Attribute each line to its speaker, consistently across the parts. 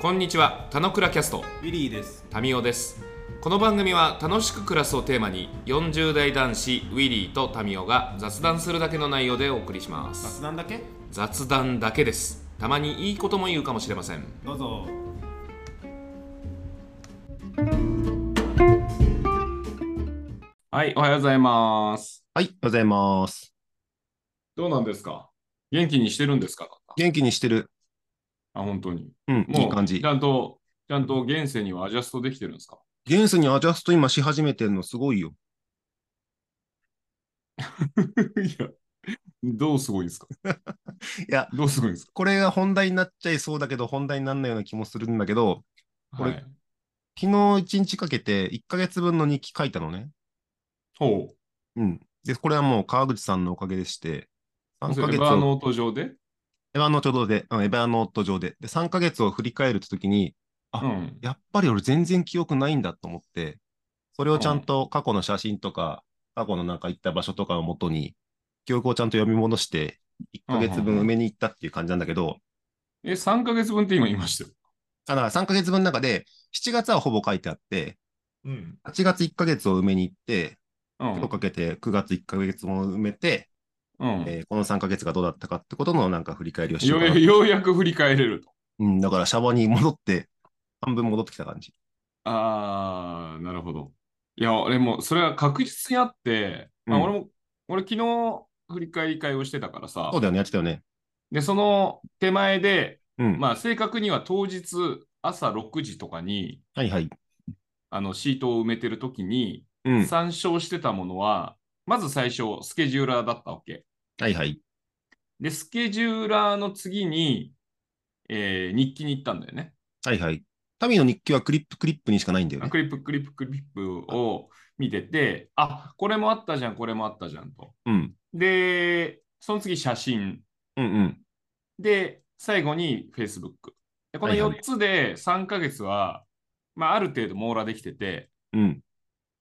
Speaker 1: こんにちは、たのくらキャスト、
Speaker 2: ウィリーです。
Speaker 1: タミオです。この番組は楽しく暮らすをテーマに、40代男子ウィリーとタミオが雑談するだけの内容でお送りします。
Speaker 2: 雑談だけ
Speaker 1: 雑談だけです。たまにいいことも言うかもしれません。
Speaker 2: どうぞ。
Speaker 1: はい、おはようございます。
Speaker 3: はい、おはようございます。
Speaker 1: どうなんですか元気にしてるんですか
Speaker 3: 元気にしてる。
Speaker 1: あ、本当に。
Speaker 3: うん、
Speaker 1: もう
Speaker 3: いい感じ
Speaker 1: ち。ゃんと、ちゃんと現世にはアジャストできてるんですか
Speaker 3: 元素にアジャスト今し始めてんのすごいよ。
Speaker 1: いや、どうすごいですか
Speaker 3: いや、
Speaker 1: どう すごいです
Speaker 3: これが本題になっちゃいそうだけど、本題にならないような気もするんだけど、
Speaker 1: か
Speaker 3: これ
Speaker 1: はい、
Speaker 3: 昨日一日かけて1ヶ月分の日記書いたのね。
Speaker 1: ほう。
Speaker 3: うん。で、これはもう川口さんのおかげでして、3
Speaker 1: それ
Speaker 3: ヶ
Speaker 1: エ
Speaker 3: 月
Speaker 1: バー
Speaker 3: を、
Speaker 1: ノート上で
Speaker 3: エヴァノート上で、うん、エヴァノート上で、で、3ヶ月を振り返るって時に、あ
Speaker 1: うん。
Speaker 3: やっぱり俺全然記憶ないんだと思って、それをちゃんと過去の写真とか、過去のなんか行った場所とかをもとに、記憶をちゃんと読み戻して、1ヶ月
Speaker 1: うんうん
Speaker 3: 分
Speaker 1: うん
Speaker 3: 埋めに行ったっていう感じなんだけど、
Speaker 1: え、3ヶ月分って今言いましたよ。
Speaker 3: あだから3ヶ月分の中で、7月はほぼ書いてあって、
Speaker 1: うん。
Speaker 3: 8月1ヶ月を埋めに行って、
Speaker 1: う
Speaker 3: 手を
Speaker 1: ん。
Speaker 3: かけて9月1ヶ月も埋めて、
Speaker 1: うん
Speaker 3: えーこの3ヶ月がどうだったかってことのなんか振り返りをしよ
Speaker 1: よ
Speaker 3: うかな
Speaker 1: う。ようやく振り返れると。
Speaker 3: うん、だからシャワに戻って、半分戻ってきた感じ。
Speaker 1: あー、なるほど。いや、俺も、それは確実にあって、まあ、
Speaker 3: うん
Speaker 1: 俺も、俺昨日振り返り会をしてたからさ
Speaker 3: そう、だよね、やってたよね。
Speaker 1: で、その手前で、
Speaker 3: うん。
Speaker 1: まあ、正確には当日朝6時とかに、
Speaker 3: はいはい。
Speaker 1: あの、シートを埋めてるときに、
Speaker 3: うん。
Speaker 1: 参照してたものは、まず最初、スケジューラーだったわけ。
Speaker 3: はいはい。
Speaker 1: で、スケジューラーの次に、えー日記に行ったんだよね。
Speaker 3: はいはい。タミの日記はクリップクリップにしかないんだよ
Speaker 1: あ
Speaker 3: ね。
Speaker 1: クリップ、クリップ、クリップを見てて、あ、これもあったじゃん、これもあったじゃんと。
Speaker 3: うん。
Speaker 1: で、その次、写真。
Speaker 3: うんうん。
Speaker 1: で、最後に Facebook。でこの
Speaker 3: はいはい
Speaker 1: 4つで3ヶ月は、まあ、ある程度網羅できてて、
Speaker 3: うん。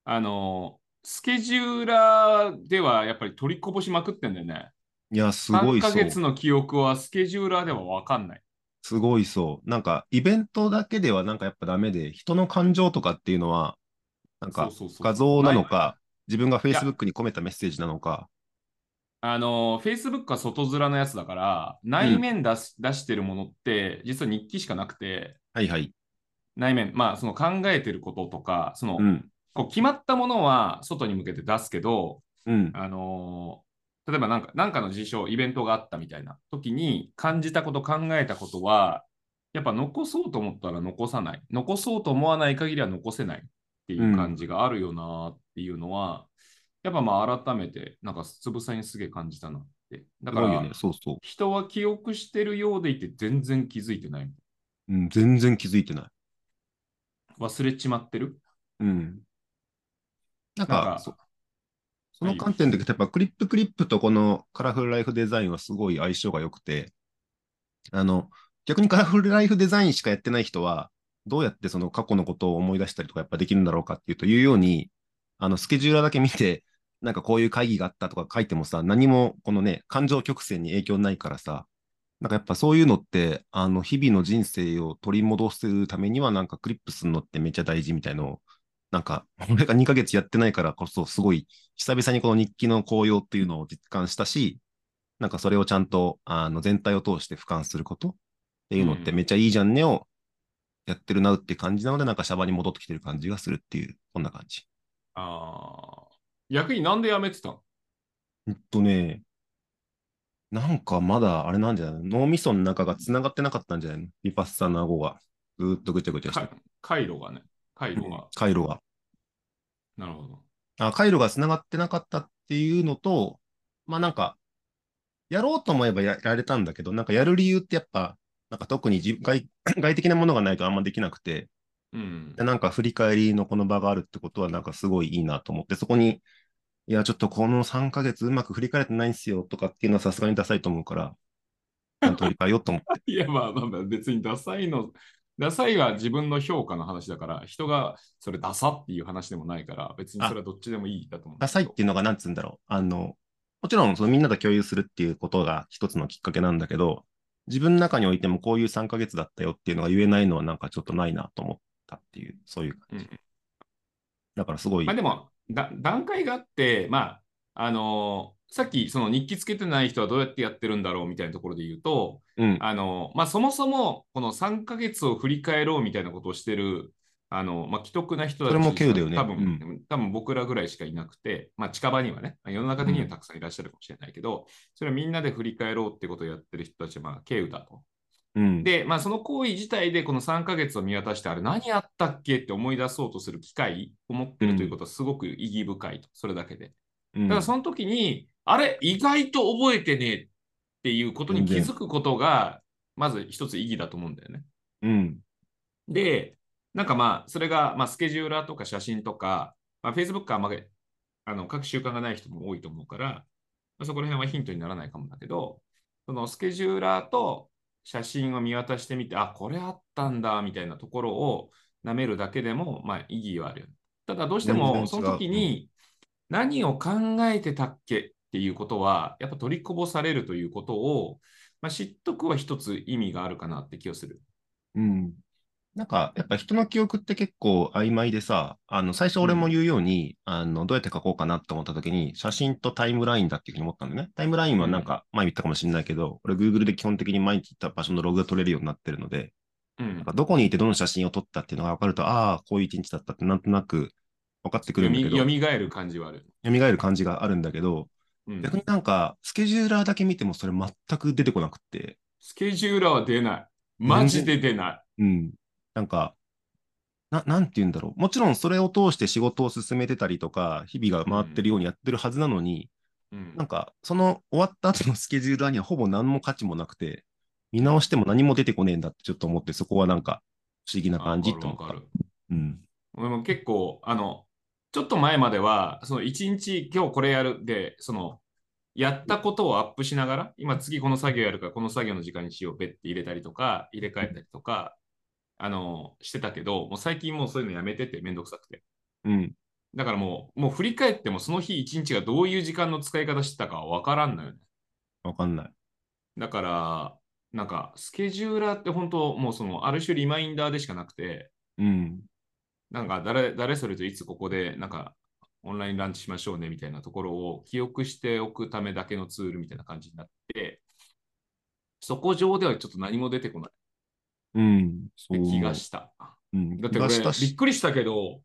Speaker 1: あのスケジューラーではやっぱり取りこぼしまくってんだよね。
Speaker 3: いや、すご
Speaker 1: 3
Speaker 3: い
Speaker 1: ヶ
Speaker 3: そ
Speaker 1: 月
Speaker 3: う。
Speaker 1: の記憶はスケジューラーでは分かんない。
Speaker 3: すごいそう。なんか、イベントだけではなんかやっぱダメで、人の感情とかっていうのは、なんか
Speaker 1: そうそうそう
Speaker 3: 画像なの
Speaker 1: まあ
Speaker 3: か、自分が Facebook に込めたメッセージなのか。
Speaker 1: あの、Facebook は外面のやつだから、内面出す、出してるものって、実は日記しかなくて、
Speaker 3: はいはい。
Speaker 1: 内面、まあ、その考えてることとか、その、
Speaker 3: うん。
Speaker 1: こう決まったものは外に向けて出すけど、
Speaker 3: うん。
Speaker 1: あの例えばなんか、なんかの事象、イベントがあったみたいな時に、感じたこと、考えたことは、やっぱ残そうと思ったら残さない。残そうと思わない限りは残せないっていう感じがあるよなっていうのは、やっぱまあ改めて、なんかつぶさにすげえ感じたなって。だ
Speaker 3: す
Speaker 1: か
Speaker 3: ごいよ
Speaker 1: ら
Speaker 3: ね。、そうそ
Speaker 1: 人は記憶してるようでいて全然気づいてない。
Speaker 3: う。うん。全然気づいてない。
Speaker 1: 忘れちまってる。
Speaker 3: うん。なんか、
Speaker 1: なんか
Speaker 3: そその観点で言うと、やっぱクリップクリップとこのカラフルライフデザインはすごい相性が良くて、あの、逆にカラフルライフデザインしかやってない人は、どうやってその過去のことを思い出したりとかやっぱできるんだろうかっていうと、言うように、あの、スケジューラーだけ見て、なんかこういう会議があったとか書いてもさ、何もこのね、感情曲線に影響ないからさ、なんかやっぱそういうのって、あの、日々の人生を取り戻せるためには、なんかクリップするのってめっちゃ大事みたいのをなんか、俺が2ヶ月やってないからこそ、すごい、久々にこの日記の紅葉っていうのを実感したし、なんかそれをちゃんと、あの、全体を通して俯瞰することっていうのって
Speaker 1: うん
Speaker 3: めっちゃいいじゃんねをやってるなって感じなので、なんかシャバに戻ってきてる感じがするっていう、こんな感じ。
Speaker 1: ああ。逆になんでやめてたの
Speaker 3: えっとね、なんかまだあれなんじゃないの脳みその中が繋がってなかったんじゃないのリパッサの顎が。ずーっとぐちゃぐちゃして
Speaker 1: か
Speaker 3: る。
Speaker 1: 回路がね。回路が。
Speaker 3: 回路が。
Speaker 1: なるほど。
Speaker 3: あ、回路が繋がってなかったっていうのと、まあなんか、やろうと思えばやられたんだけど、なんかやる理由ってやっぱ、なんか特に自外 外的なものがないとあんまできなくて、
Speaker 1: うん
Speaker 3: で。なんか振り返りのこの場があるってことはなんかすごいいいなと思って、そこに、いや、ちょっとこの3ヶ月うまく振り返れてないんすよとかっていうのはさすがにダサいと思うから、ちゃんと振り返よ うと思っ て。
Speaker 1: いや、まあまあまあ、別にダサいの、ダサいは自分の評価の話だから、人がそれダサっていう話でもないから、別にそれはどっちでもいいだと思う。
Speaker 3: ダサいっていうのが、なんつうんだろう。あの、もちろん、そのみんなと共有するっていうことが一つのきっかけなんだけど、自分の中においてもこういう3ヶ月だったよっていうのが言えないのはなんかちょっとないなと思ったっていう、そういう感じ。
Speaker 1: うん
Speaker 3: だからすごい。
Speaker 1: まあでもだ段階があって、まあ、あのーさっきその日記つけてない人はどうやってやってるんだろうみたいなところで言うと、
Speaker 3: うん。
Speaker 1: あの、まあ、そもそも、この3ヶ月を振り返ろうみたいなことをしてる、あの、まあ、既得な人たち
Speaker 3: それも稀有だよね
Speaker 1: 多分、
Speaker 3: う
Speaker 1: 多分僕らぐらいしかいなくて、まあ、近場にはね、まあ世の中的にはたくさんいらっしゃるかもしれないけど、それはみんなで振り返ろうってことをやってる人たちは、まあ、稀有だと。
Speaker 3: うん。
Speaker 1: で、まあ、その行為自体で、この3ヶ月を見渡して、あれ何やったっけって思い出そうとする機会を持ってるということは、すごく意義深いと、それだけで。
Speaker 3: うん
Speaker 1: だからその時に、あれ、意外と覚えてねえっていうことに気づくことが、まず一つ意義だと思うんだよね。
Speaker 3: うん。
Speaker 1: で、なんかまあ、それが、まあ、スケジューラーとか写真とか、まあ、Facebook はあんまりあの書く習慣がない人も多いと思うから、まあそこら辺はヒントにならないかもだけど、そのスケジューラーと写真を見渡してみて、あ、これあったんだ、みたいなところを舐めるだけでも、まあ、意義はあるよね。ただ、どうしても、
Speaker 3: 全
Speaker 1: そ
Speaker 3: 然違う
Speaker 1: の時に何を考えてたっけっていうことは、やっぱ取りこぼされるということを、まあ、知っとくは一つ意味があるかなって気をする。
Speaker 3: うん。なんか、やっぱ人の記憶って結構曖昧でさ、あの、最初俺も言うように、あの、どうやって書こうかなって思った時に、写真とタイムラインだっていうふうに思ったんだよね。タイムラインはなんか、前言ったかもしれないけど、俺 Google で基本的に毎日行った場所のログが取れるようになってるので、
Speaker 1: うん
Speaker 3: なんかどこにいてどの写真を撮ったっていうのが分かると、ああ、こういう一日だったってなんとなく分かってくるんだけど、
Speaker 1: よみ蘇る感じはある。
Speaker 3: 蘇る感じがあるんだけど、
Speaker 1: うん
Speaker 3: 逆になんか、スケジューラーだけ見てもそれ全く出てこなくって、
Speaker 1: スケジューラーは出ない。マジで出ない。
Speaker 3: うん。なんか、ななんて言うんだろう。もちろんそれを通して仕事を進めてたりとか、日々が回ってるようにやってるはずなのに、
Speaker 1: うん
Speaker 3: なんか、その終わった後のスケジューラーにはほぼ何も価値もなくて、見直しても何も出てこねえんだってちょっと思って、そこはなんか不思議な感じ
Speaker 1: あ
Speaker 3: と
Speaker 1: わ
Speaker 3: 思
Speaker 1: か
Speaker 3: った
Speaker 1: るわ。かる
Speaker 3: うん。
Speaker 1: 俺も結構、あの、ちょっと前までは、その一日今日これやるで、その、やったことをアップしながら、今次この作業やるから、この作業の時間にしよう、べって入れたりとか、入れ替えたりとか、あの、してたけど、もう最近もうそういうのやめてて、めんどくさくて。
Speaker 3: うん。
Speaker 1: だからもう、もう振り返っても、その日一日がどういう時間の使い方してたかはわからんのよね。
Speaker 3: わかんない。
Speaker 1: だから、なんか、スケジューラーって本当、もうその、ある種リマインダーでしかなくて、
Speaker 3: うん。
Speaker 1: なんか誰、誰それといつここで、なんか、オンラインランチしましょうねみたいなところを記憶しておくためだけのツールみたいな感じになって、そこ上ではちょっと何も出てこない
Speaker 3: うん。そ
Speaker 1: って
Speaker 3: う。
Speaker 1: 気がした。
Speaker 3: うん、
Speaker 1: だって
Speaker 3: 気
Speaker 1: 俺、
Speaker 3: がした
Speaker 1: びっ
Speaker 3: し、
Speaker 1: くりしたけど、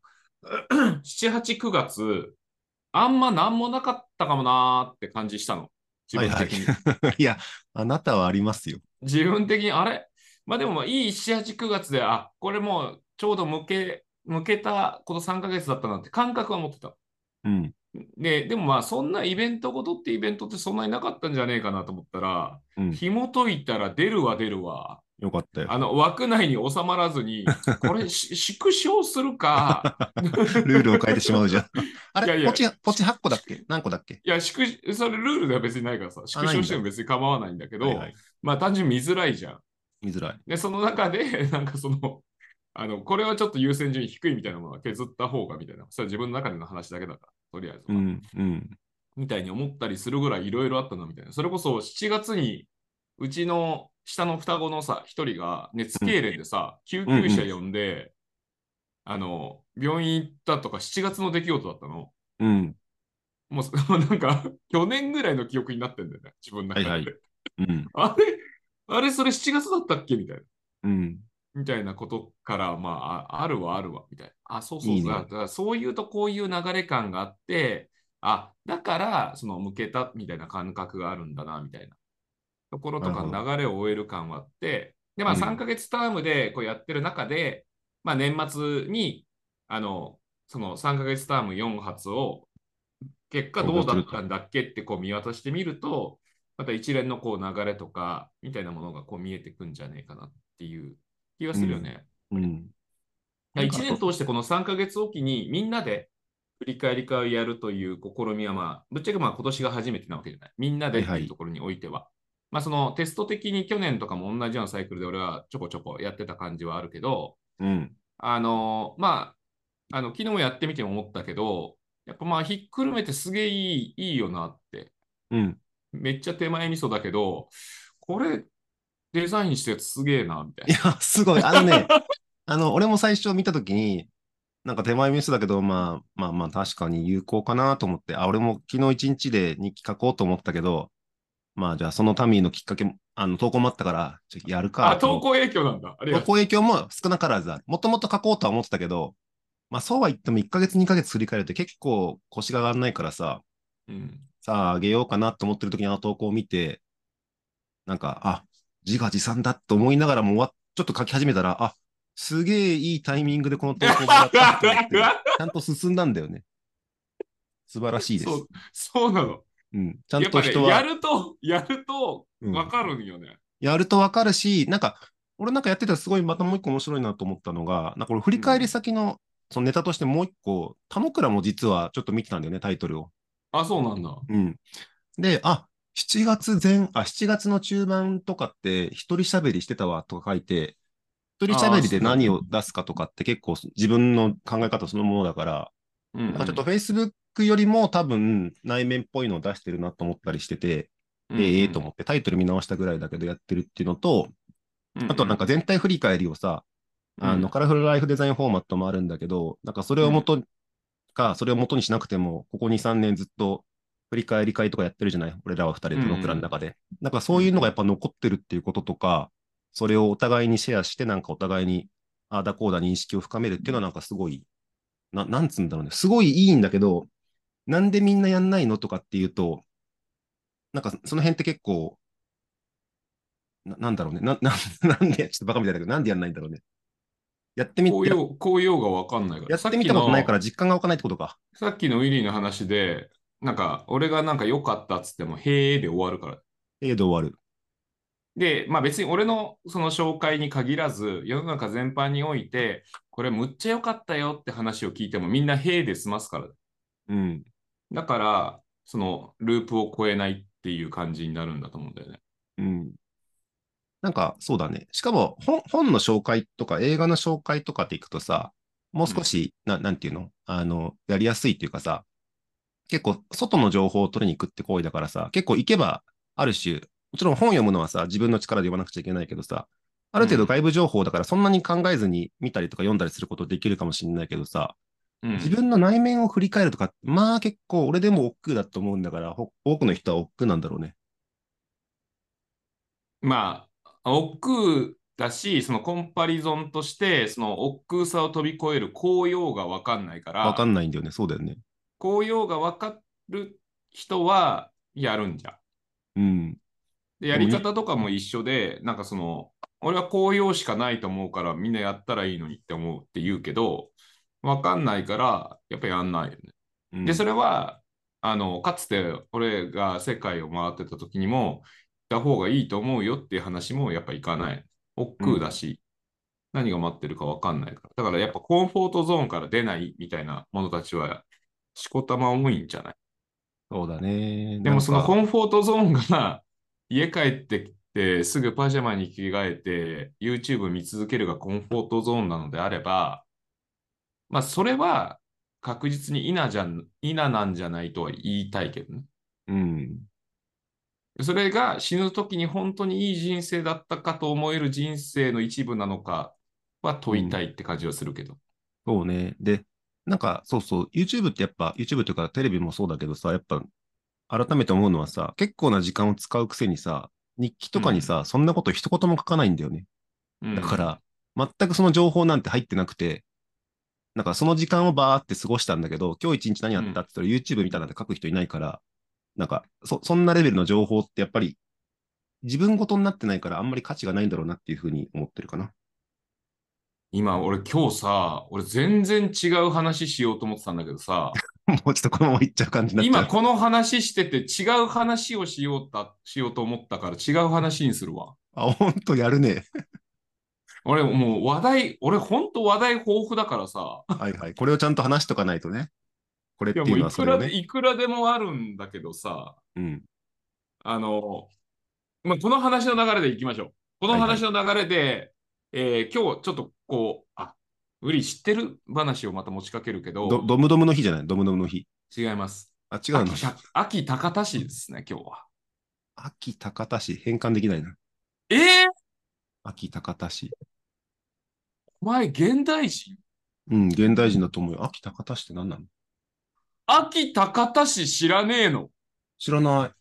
Speaker 1: 7、8、9月、あんま何もなかったかもなーって感じしたの。自分的に。
Speaker 3: いや、あなたはありますよ。
Speaker 1: 自分的にあれまあでもいい7、8、9月で、あ、これもうちょうど向け、向けたこの3ヶ月だったなって感覚は持ってた。
Speaker 3: うん。
Speaker 1: で、でもまあそんなイベントごとってイベントってそんなになかったんじゃねえかなと思ったら、
Speaker 3: うん。
Speaker 1: 紐解いたら出るわ出る わ。
Speaker 3: よかったよ。
Speaker 1: あの枠内に収まらずに、これ し縮小するか。
Speaker 3: ルールを変えてし まうじゃん。あれ
Speaker 1: いやいや
Speaker 3: ポチ、ポチ8個だっけ何個だっけ
Speaker 1: いや、縮小、それルールでは別にないからさ、縮小しても別に構わないんだけど、
Speaker 3: はいはい
Speaker 1: まあ単純に見づらいじゃん。
Speaker 3: 見づらい。
Speaker 1: で、その中で、 なんかその、あの、これはちょっと優先順位低いみたいなものは削った方がみたいな、それは自分の中での話だけだから、とりあえず
Speaker 3: う
Speaker 1: は、
Speaker 3: ん、うん、
Speaker 1: みたいに思ったりするぐらいいろいろあったなみたいな。それこそ7月に、うちの下の双子のさ、一人が熱痙攣でさ、救急車呼んで、あの、病院行ったとか7月の出来事だったの。
Speaker 3: うん、
Speaker 1: もうそ、 なんか、去年ぐらいの記憶になってんだよね、自分の中で。
Speaker 3: はいはいうん、
Speaker 1: あれあれそれ7月だったっけみたいな。
Speaker 3: うん、
Speaker 1: みたいなことから、まあ、ああるはあるわ、みたいな。あ、そうそうそう
Speaker 3: いいね
Speaker 1: だからそういうとこういう流れ感があって、あ、だから、その、向けたみたいな感覚があるんだな、みたいな。ところとか
Speaker 3: なる
Speaker 1: 流れを終える感はあって、で、まあ、
Speaker 3: うん
Speaker 1: 3ヶ月タームでこうやってる中で、まあ、年末に、あの、その3ヶ月ターム4発を、結果どうだったんだっけってこう見渡してみると、また一連のこう流れとか、みたいなものがこう見えてくんじゃねえかなっていう気がするよね。
Speaker 3: うん。
Speaker 1: だから1年通してこの3ヶ月おきにみんなで振り返り会をやるという試みは、まあ、ぶっちゃけまあ今年が初めてなわけじゃない。みんなでって
Speaker 3: は
Speaker 1: いう
Speaker 3: いはい
Speaker 1: ところにおいては。まあそのテスト的に去年とかも同じようなサイクルで俺はちょこちょこやってた感じはあるけど、
Speaker 3: うん、
Speaker 1: あのまあ、あの昨日やってみても思ったけど、やっぱまあひっくるめてすげえいいいいよなって。
Speaker 3: うん、
Speaker 1: めっちゃ手前味噌だけど、これ、デザインしたやつすげえな、みたい
Speaker 3: い
Speaker 1: な。
Speaker 3: や、すごい。あのね、 あの、俺も最初見たときに、なんか手前ミスだけど、まあまあまあ確かに有効かなと思って、あ、俺も昨日一日で日記書こうと思ったけど、まあじゃあそのタミーのきっかけも、あの投稿もあったから、ちょやるか
Speaker 1: あ、
Speaker 3: と思
Speaker 1: 投
Speaker 3: って。
Speaker 1: 稿影響なんだ。ありが
Speaker 3: 投
Speaker 1: とう。
Speaker 3: 稿影響も少なからずある。もともと書こうとは思ってたけど、まあそうは言っても1ヶ月2ヶ月振り返ると結構腰が上がらないからさ、
Speaker 1: うん、
Speaker 3: さあ、あげようかなと思ってる時にあの投稿を見て、なんか、あ、自画自賛だと思いながらも終わっ、ちょっと書き始めたら、あ、すげえいいタイミングでこの投稿があったと 思って、ちゃんと進んだんだよね。素晴らしいです
Speaker 1: そ。うそうなの。
Speaker 3: うん、ちゃん
Speaker 1: やっぱ
Speaker 3: と
Speaker 1: ね
Speaker 3: 人、は、
Speaker 1: やると、やると
Speaker 3: うん
Speaker 1: 分かるんよね。
Speaker 3: やるとわかるし、なんか、俺なんかやってたらすごいまたもう一個面白いなと思ったのが、なんか俺振り返り先の、そのネタとしてもう一個、田之倉も実はちょっと見てたんだよね、タイトルを。
Speaker 1: あ、そうなんだ。
Speaker 3: うん。で、あ、7月前、あ、7月の中盤とかって、一人喋りしてたわとか書いて、一人喋りで何を出すかとかって結構自分の考え方そのものだから、
Speaker 1: うん、
Speaker 3: なんかちょっと Facebook よりも多分内面っぽいのを出してるなと思ったりしてて、
Speaker 1: うん、
Speaker 3: ええと思ってタイトル見直したぐらいだけどやってるっていうのと、あとなんか全体振り返りをさ、あの、カラフルライフデザインフォーマットもあるんだけど、なんかそれをもとか、それをもとにしなくても、ここ2、3年ずっと振り返り会とかやってるじゃない俺らは2人で
Speaker 1: うんうん
Speaker 3: 僕らの中で。なんかそういうのがやっぱ残ってるっていうこととか、それをお互いにシェアして、なんかお互いに、ああだこうだ認識を深めるっていうのはなんかすごい、ななんつうんだろうね。すごいいいんだけど、なんでみんなやんないのとかっていうと、なんかその辺って結構、ななんだろうね。な、な、 なんで、ちょっとバカみたいだけど、なんでやんないんだろうね。やってみ
Speaker 1: こういう、こういうが分かんないから。。
Speaker 3: やってみたことないからら実感が湧かないってことか。
Speaker 1: さっきのウィリーの話で、なんか、俺がなんか良かったっつっても、へえで終わるから。
Speaker 3: ええで終わる。
Speaker 1: で、まあ別に俺のその紹介に限らず、世の中全般において、これむっちゃ良かったよって話を聞いてもみんなへえで済ますから。
Speaker 3: うん。
Speaker 1: だから、そのループを超えないっていう感じになるんだと思うんだよね。
Speaker 3: うん。なんか、そうだね。しかも本、本の紹介とか映画の紹介とかっていくとさ、もう少し、ななんていうのあの、やりやすいっていうかさ、結構、外の情報を取りに行くって行為だからさ、結構行けば、ある種、もちろん本読むのはさ、自分の力で読まなくちゃいけないけどさ、ある程度外部情報だから、そんなに考えずに見たりとか読んだりすることできるかもしれないけどさ、
Speaker 1: うん、
Speaker 3: 自分の内面を振り返るとか、まあ結構俺でも億劫だと思うんだから、ほ多くの人は億劫なんだろうね。
Speaker 1: まあ、億劫だし、そのコンパリゾンとして、その億劫さを飛び越える高揚が分かんないから、
Speaker 3: わかんないんだよね。そうだよね。
Speaker 1: 高揚が分かる人はやるんじゃん。
Speaker 3: うん。
Speaker 1: で、やり方とかも一緒で、なんかその、俺はこういうしかないと思うから、みんなやったらいいのにって思うって言うけど、わかんないから、やっぱやんないよね。
Speaker 3: うん
Speaker 1: で、それは、あの、かつて俺が世界を回ってた時にも、行った方がいいと思うよっていう話もやっぱいかない。億劫だし、何が待ってるかわかんないから。だからやっぱコンフォートゾーンから出ないみたいな者たちは、しこたま多いんじゃない
Speaker 3: そうだね。
Speaker 1: でもそのコ
Speaker 3: ン
Speaker 1: ンフォートゾーンが 家帰ってきてすぐパジャマに着替えて YouTube 見続けるがコンフォートゾーンなのであれば、まあそれは確実に稲じゃん、稲なんじゃないとは言いたいけどね。
Speaker 3: うん。
Speaker 1: それが死ぬ時に本当にいい人生だったかと思える人生の一部なのかは問いたいって感じはするけど。
Speaker 3: そうね。で、なんか、そうそう、YouTube ってやっぱ、YouTube というかテレビもそうだけどさ、やっぱ、改めて思うのはさ、結構な時間を使うくせにさ、日記とかにさ、そんなこと一言も書かないんだよね。
Speaker 1: うん
Speaker 3: だから、全くその情報なんて入ってなくて、なんかその時間をバーって過ごしたんだけど、今日一日何やったって言ったら YouTube みたいなんて書く人いないから、なんかそ、そんなレベルの情報ってやっぱり自分ごとになってないからあんまり価値がないんだろうなっていうふうに思ってるかな。
Speaker 1: 今俺今日さ、俺全然違う話しようと思ってたんだけどさ、
Speaker 3: もうちょっとこのままいっちゃう感じになっちゃう。
Speaker 1: 今この話してて違う話をしようたしようと思ったから違う話にするわ。
Speaker 3: あ、ほんとやるね。
Speaker 1: 俺もう話題、俺ほんと話題豊富だからさ。
Speaker 3: はいはい。これをちゃんと話しとかないとね。これ
Speaker 1: い
Speaker 3: って
Speaker 1: や
Speaker 3: い
Speaker 1: も
Speaker 3: う
Speaker 1: う
Speaker 3: の
Speaker 1: い
Speaker 3: はそ
Speaker 1: く
Speaker 3: れを
Speaker 1: ら
Speaker 3: ね。
Speaker 1: で、いくらでもあるんだけどさ、
Speaker 3: うん。
Speaker 1: あの、まあ、この話の流れでいきましょう。この話の流れで、えー今日ちょっとこう、あ、ウリ知ってる話をまた持ちかけるけど、
Speaker 3: どドムドムの日じゃないドムドムの日。
Speaker 1: 違います。
Speaker 3: あ、違うの
Speaker 1: 秋。た秋高田市ですね、今日は。
Speaker 3: 秋高田市、変換できないな。
Speaker 1: えー
Speaker 3: 秋高田市。
Speaker 1: お前、現代人
Speaker 3: うん、現代人だと思うよ。秋高田市って何なの
Speaker 1: 秋高田市知らねえの
Speaker 3: 知らない。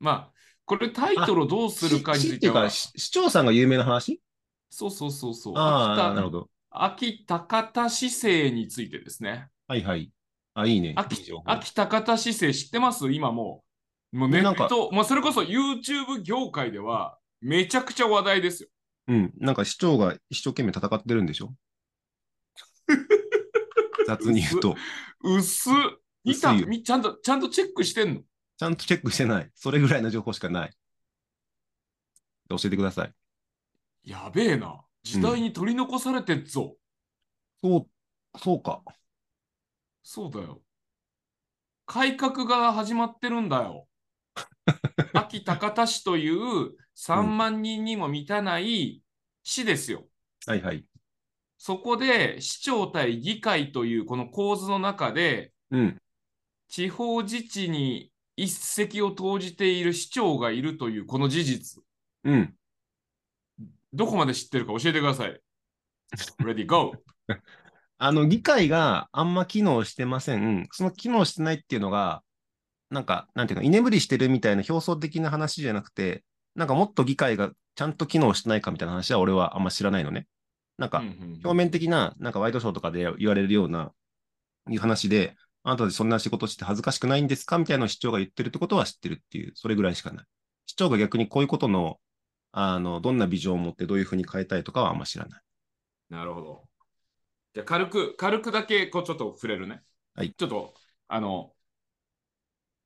Speaker 1: まあ、これタイトルどうするかに
Speaker 3: 市
Speaker 1: つい
Speaker 3: 市って
Speaker 1: て
Speaker 3: いう
Speaker 1: は
Speaker 3: か、、市市長さんが有名な話
Speaker 1: そうそうそうそう。
Speaker 3: ああ、な
Speaker 1: 秋
Speaker 3: るほど。
Speaker 1: 田秋高田市政についてですね。
Speaker 3: はいはい。あ、いいね。いい
Speaker 1: 秋
Speaker 3: 情報
Speaker 1: 秋高田市政知ってます今もう。もう
Speaker 3: ね
Speaker 1: ネ
Speaker 3: なん
Speaker 1: ッ
Speaker 3: か
Speaker 1: ト、まあ、それこそ YouTube 業界ではめちゃくちゃ話題ですよ。
Speaker 3: うん、なんか市長が一生懸命戦ってるんでし ょ雑に言うと。
Speaker 1: 薄っ見た
Speaker 3: 薄いよ
Speaker 1: みちゃんと、ちゃんとチェックしてんの
Speaker 3: ちゃんとチェックしてない。それぐらいの情報しかない。教えてください。
Speaker 1: やべえな。時代に取り残されてっぞ。
Speaker 3: そう、そうか。
Speaker 1: そうだよ。改革が始まってるんだよ。秋高田市という3万人にも満たない市ですよ。
Speaker 3: はいはい。
Speaker 1: そこで市長対議会というこの構図の中で、
Speaker 3: うん。
Speaker 1: 地方自治に一石を投じている市長がいるというこの事実、
Speaker 3: うん。
Speaker 1: どこまで知ってるか教えてください。Ready, go!
Speaker 3: あの、議会があんま機能してません。その機能してないっていうのが、なんか、なんていうか、居眠りしてるみたいな表層的な話じゃなくて、なんかもっと議会がちゃんと機能してないかみたいな話は俺はあんま知らないのね。なんか、表面的な、なんかワイドショーとかで言われるような、いう話で、あなたたちそんな仕事して恥ずかしくないんですかみたいなのを市長が言ってるってことは知ってるっていう、それぐらいしかない。市長が逆にこういうことの、あの、どんなビジョンを持ってどういうふうに変えたいとかはあんま知らない。
Speaker 1: なるほど。じゃあ軽く、軽くだけこうちょっと触れるね。
Speaker 3: はい、
Speaker 1: ちょっと、あの、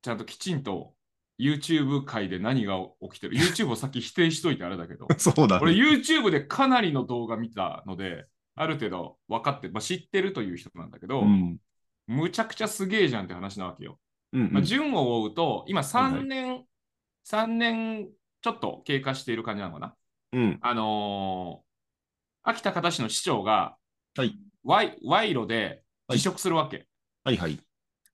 Speaker 1: ちゃんときちんと YouTube 界で何が起きてる。YouTube を先否定しといてあれだけど
Speaker 3: そうだ
Speaker 1: 俺 YouTube でかなりの動画見たので、ある程度分かって、まあ、知ってるという人なんだけど、
Speaker 3: うん。
Speaker 1: むちゃくちゃすげえじゃんって話なわけよ。
Speaker 3: うん、うん
Speaker 1: まあ、順を追うと、今
Speaker 3: はいは
Speaker 1: 3
Speaker 3: い
Speaker 1: 年、3年ちょっと経過している感じなのかな。
Speaker 3: うん。
Speaker 1: あのー秋田方市の市長が、
Speaker 3: はい
Speaker 1: 賄賄賂で辞職するわけ、
Speaker 3: はいはい。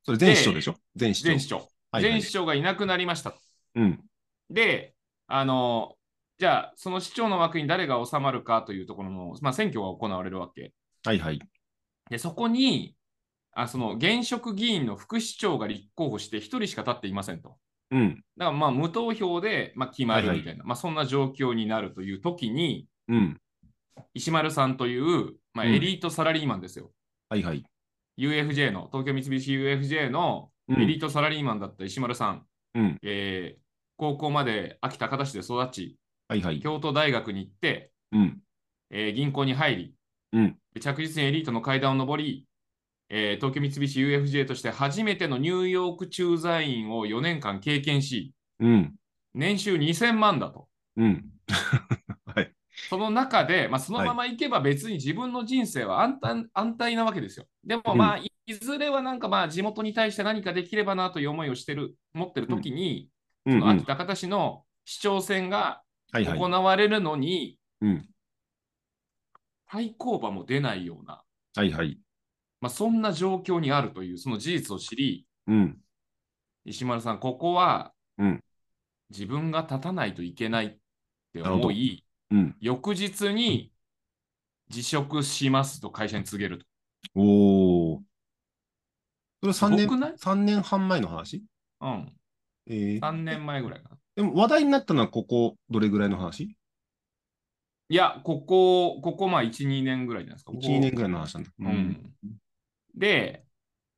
Speaker 3: それ全市長でしょ全市長。
Speaker 1: 前市長。
Speaker 3: はいはい
Speaker 1: 前市長がいなくなりましたと。
Speaker 3: うん。
Speaker 1: で、あのーじゃあ、その市長の枠に誰が収まるかというところの、まあ、選挙が行われるわけ。
Speaker 3: はいはい。
Speaker 1: で、そこに、あその現職議員の副市長が立候補して、1人しか立っていませんと。
Speaker 3: うん。
Speaker 1: だからまあ無投票で、まあ、決まるみたいな、
Speaker 3: は
Speaker 1: まあ、そんな状況になるという時に、
Speaker 3: うん。
Speaker 1: 石丸さんという、まあ、
Speaker 3: うん
Speaker 1: エリートサラリーマンですよ。
Speaker 3: はいはい。
Speaker 1: UFJ の、東京三菱 UFJ の
Speaker 3: うん
Speaker 1: エリートサラリーマンだった石丸さん、
Speaker 3: うん
Speaker 1: えー高校まで秋田方市で育ち、
Speaker 3: はいはい。
Speaker 1: 京都大学に行って、
Speaker 3: うん。
Speaker 1: えー銀行に入り、
Speaker 3: うん
Speaker 1: 着実にエリートの階段を上り、えー東京三菱 UFJ として初めてのニューヨーク駐在員を4年間経験し、
Speaker 3: うん。
Speaker 1: 年収2000万だと。
Speaker 3: うん。 はい。
Speaker 1: その中で、まあ、そのままいけば別に自分の人生は安泰安泰なわけですよ。でも、
Speaker 3: うん
Speaker 1: まあ、いいずれはなんかまあ地元に対して何かできればなという思いをしてる、持ってる時に、
Speaker 3: う
Speaker 1: そ
Speaker 3: ん、うん。
Speaker 1: の
Speaker 3: は
Speaker 1: 秋田方市の市長選が
Speaker 3: いはい
Speaker 1: 行。われるのに、
Speaker 3: うん。
Speaker 1: 対抗馬も出ないような、
Speaker 3: はいはい。
Speaker 1: まあ、そんな状況にあるというその事実を知り、
Speaker 3: うん。
Speaker 1: 石丸さん、ここは
Speaker 3: うん
Speaker 1: 自分が立たないといけないって思い、
Speaker 3: うん。
Speaker 1: 翌日に辞職しますと会社に告げると。
Speaker 3: おお。それは3
Speaker 1: すごく
Speaker 3: 年、
Speaker 1: ない
Speaker 3: 三年半前の話
Speaker 1: うん、
Speaker 3: えー
Speaker 1: 3年前ぐらいかな。
Speaker 3: でも話題になったのはここ、どれぐらいの話
Speaker 1: いや、ここ、ここまあ1、2年ぐらいじゃないですか。こ
Speaker 3: ?1、
Speaker 1: こ
Speaker 3: 2年ぐらいの話なんだ。う
Speaker 1: うん。で、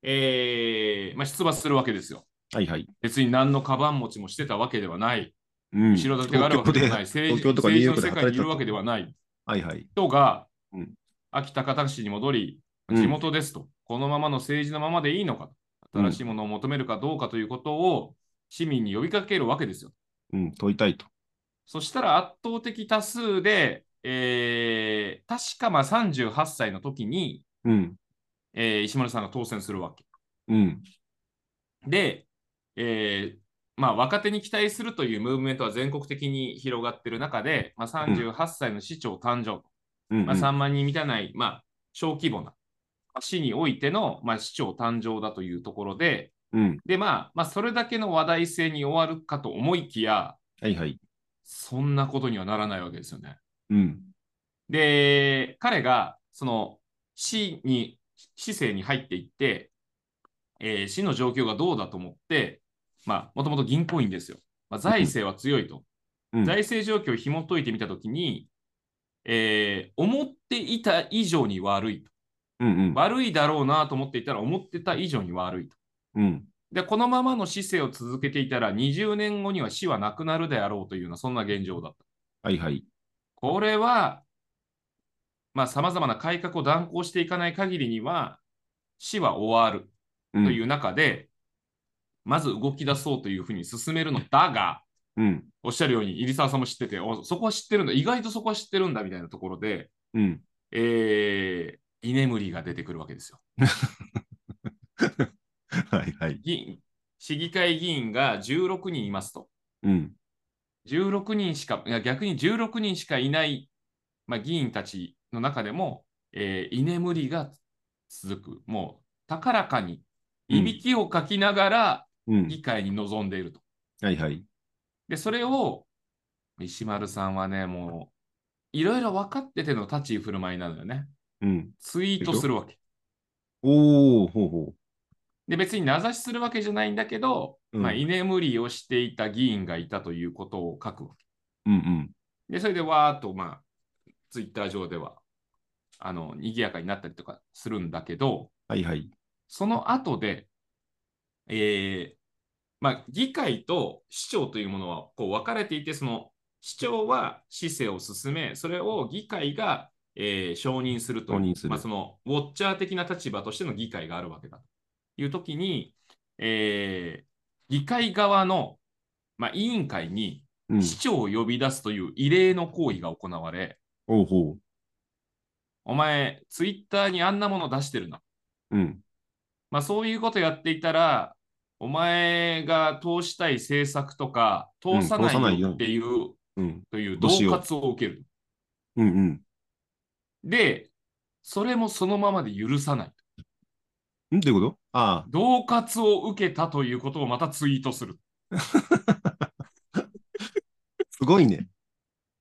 Speaker 1: えーまあ、出馬するわけですよ。
Speaker 3: はいはい。
Speaker 1: 別に何のカバン持ちもしてたわけではない。
Speaker 3: うん
Speaker 1: 後ろ盾があるわけではない。政
Speaker 3: 東
Speaker 1: 治
Speaker 3: 京で東京とかニューヨー
Speaker 1: 政治の世界に
Speaker 3: クで働いて
Speaker 1: い
Speaker 3: た
Speaker 1: る
Speaker 3: と
Speaker 1: わけではない
Speaker 3: はいはい。
Speaker 1: 人が、
Speaker 3: うん
Speaker 1: 秋田方市に戻り、
Speaker 3: うん
Speaker 1: 地元ですと、このままの政治のままでいいのか、新しいものを求めるかどうかということを市民に呼びかけるわけですよ。
Speaker 3: うん、問いたいと。
Speaker 1: そしたら圧倒的多数で、えー確かまあ38歳の時に、
Speaker 3: うん。
Speaker 1: えー石丸さんが当選するわけ。
Speaker 3: うん。
Speaker 1: で、えーまあ、若手に期待するというムーブメントは全国的に広がっている中で、まあ、38歳の市長誕生、
Speaker 3: うん。
Speaker 1: まあ、3万人満たない、まあ、小規模なまあ市においての、まあ、市長誕生だというところで、
Speaker 3: うん。
Speaker 1: でまあまあ、それだけの話題性に終わるかと思いきや、
Speaker 3: はいはい。
Speaker 1: そんなことにはならないわけですよね。
Speaker 3: うん。
Speaker 1: で、彼が、その、市に、市政に入っていって、えー市の状況がどうだと思って、まあ、もともと銀行員ですよ。まあ、財政は強いと。
Speaker 3: うん
Speaker 1: 財政状況を紐解いてみたときに、えー思っていた以上に悪いと。
Speaker 3: うんうん。
Speaker 1: 悪いだろうなと思っていたら、思ってた以上に悪いと。
Speaker 3: うん。
Speaker 1: で、このままの市政を続けていたら、20年後には市はなくなるであろうというような、そんな現状だった。
Speaker 3: はいはい。
Speaker 1: これは、まあ、さまざまな改革を断行していかない限りには、死は終わる
Speaker 3: と。
Speaker 1: というう中で、まず動き出そうというふうに進めるのだが、
Speaker 3: うん。
Speaker 1: おっしゃるように、入澤さんも知ってて、おそこは知ってるんだ、意外とそこは知ってるんだみたいなところで、
Speaker 3: うん。
Speaker 1: えー居眠りが出てくるわけですよ。
Speaker 3: はいはい。
Speaker 1: 議員市議会議員が16人いますと。
Speaker 3: うん。
Speaker 1: 16人しか、いや逆に16人しかいない、まあ、議員たちの中でも、えー居眠りが続く、もう高らかに
Speaker 3: うん
Speaker 1: いびきをかきながら
Speaker 3: うん。
Speaker 1: 議会に臨んでいると。
Speaker 3: はいはい。
Speaker 1: で、それを石丸さんはね、もういろいろ分かってての立ち居振る舞いなのよね。
Speaker 3: うん。
Speaker 1: ツイートするわけ。
Speaker 3: おおほうほ
Speaker 1: で、別に名指しするわけじゃないんだけど、
Speaker 3: うん
Speaker 1: まあ、居眠りをしていた議員がいたということを書くわけ。
Speaker 3: う。うん
Speaker 1: で、それでわーっと、まあ、ツイッター上では、あの、賑やかになったりとかするんだけど、
Speaker 3: うん。はいはい。
Speaker 1: その後で、えーまあ、議会と市長というものは、こう、分かれていて、その、市長は市政を進め、それを議会が、えー承認すると
Speaker 3: 承認する
Speaker 1: まあ、その、ウォッチャー的な立場としての議会があるわけだというときに、えー議会側の、まあ、委員会に、
Speaker 3: うん。
Speaker 1: 市長を呼び出すという異例の行為が行われ、
Speaker 3: おうほ
Speaker 1: お前、ツイッターにあんなもの出してるな。
Speaker 3: う。うん。
Speaker 1: まあ、そういうことやっていたら、お前が通したい政策とか、通さ
Speaker 3: うん通さ
Speaker 1: な
Speaker 3: ないい
Speaker 1: よ
Speaker 3: よ
Speaker 1: っていう、
Speaker 3: うん。
Speaker 1: という
Speaker 3: どう
Speaker 1: 恫
Speaker 3: しよう
Speaker 1: 喝を受ける。
Speaker 3: うんうん。
Speaker 1: で、それもそのままで許さない。
Speaker 3: んどういうことあ
Speaker 1: 恫喝を受けたということをまたツイートする。
Speaker 3: あ、すごいね。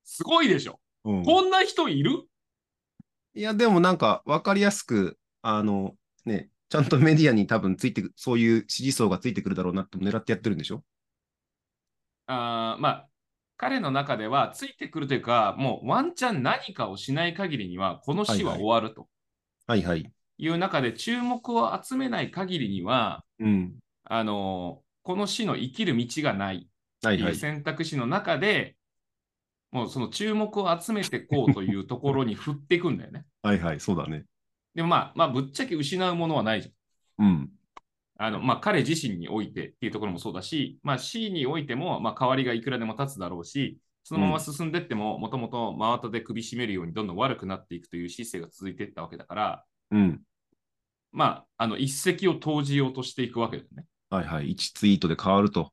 Speaker 1: すごいでしょ。
Speaker 3: うん、
Speaker 1: こんな人いる
Speaker 3: いや、でもなんか、わかりやすく、あの、ね、ちゃんとメディアに多分ついてく、そういう支持層がついてくるだろうなって狙ってやってるんでしょ
Speaker 1: あーまあ、彼の中ではついてくるというか、もうワンチャン何かをしない限りには、この死は終わると。
Speaker 3: はいはい。
Speaker 1: いう中で注目を集めない限りには、
Speaker 3: うん。
Speaker 1: あのこの死の生きる道がない
Speaker 3: は
Speaker 1: と
Speaker 3: い
Speaker 1: い
Speaker 3: は
Speaker 1: う
Speaker 3: い。
Speaker 1: 選択肢の中で、もうその注目を集めてこうというところに振っていくんだよね。
Speaker 3: はいはい、そうだね。
Speaker 1: でもまあ、まあ、ぶっちゃけ失うものはないじゃん。
Speaker 3: うん。
Speaker 1: あのまあ、彼自身においてっていうところもそうだし、まあ、C においても、まあ、代わりがいくらでも立つだろうし、そのまま進んでっても、もともと真綿で首絞めるようにどんどん悪くなっていくという姿勢が続いていったわけだから、
Speaker 3: うん。
Speaker 1: まあ、あの一石を投じようとしていくわけだよね。
Speaker 3: はいはい。1ツイートで変わると。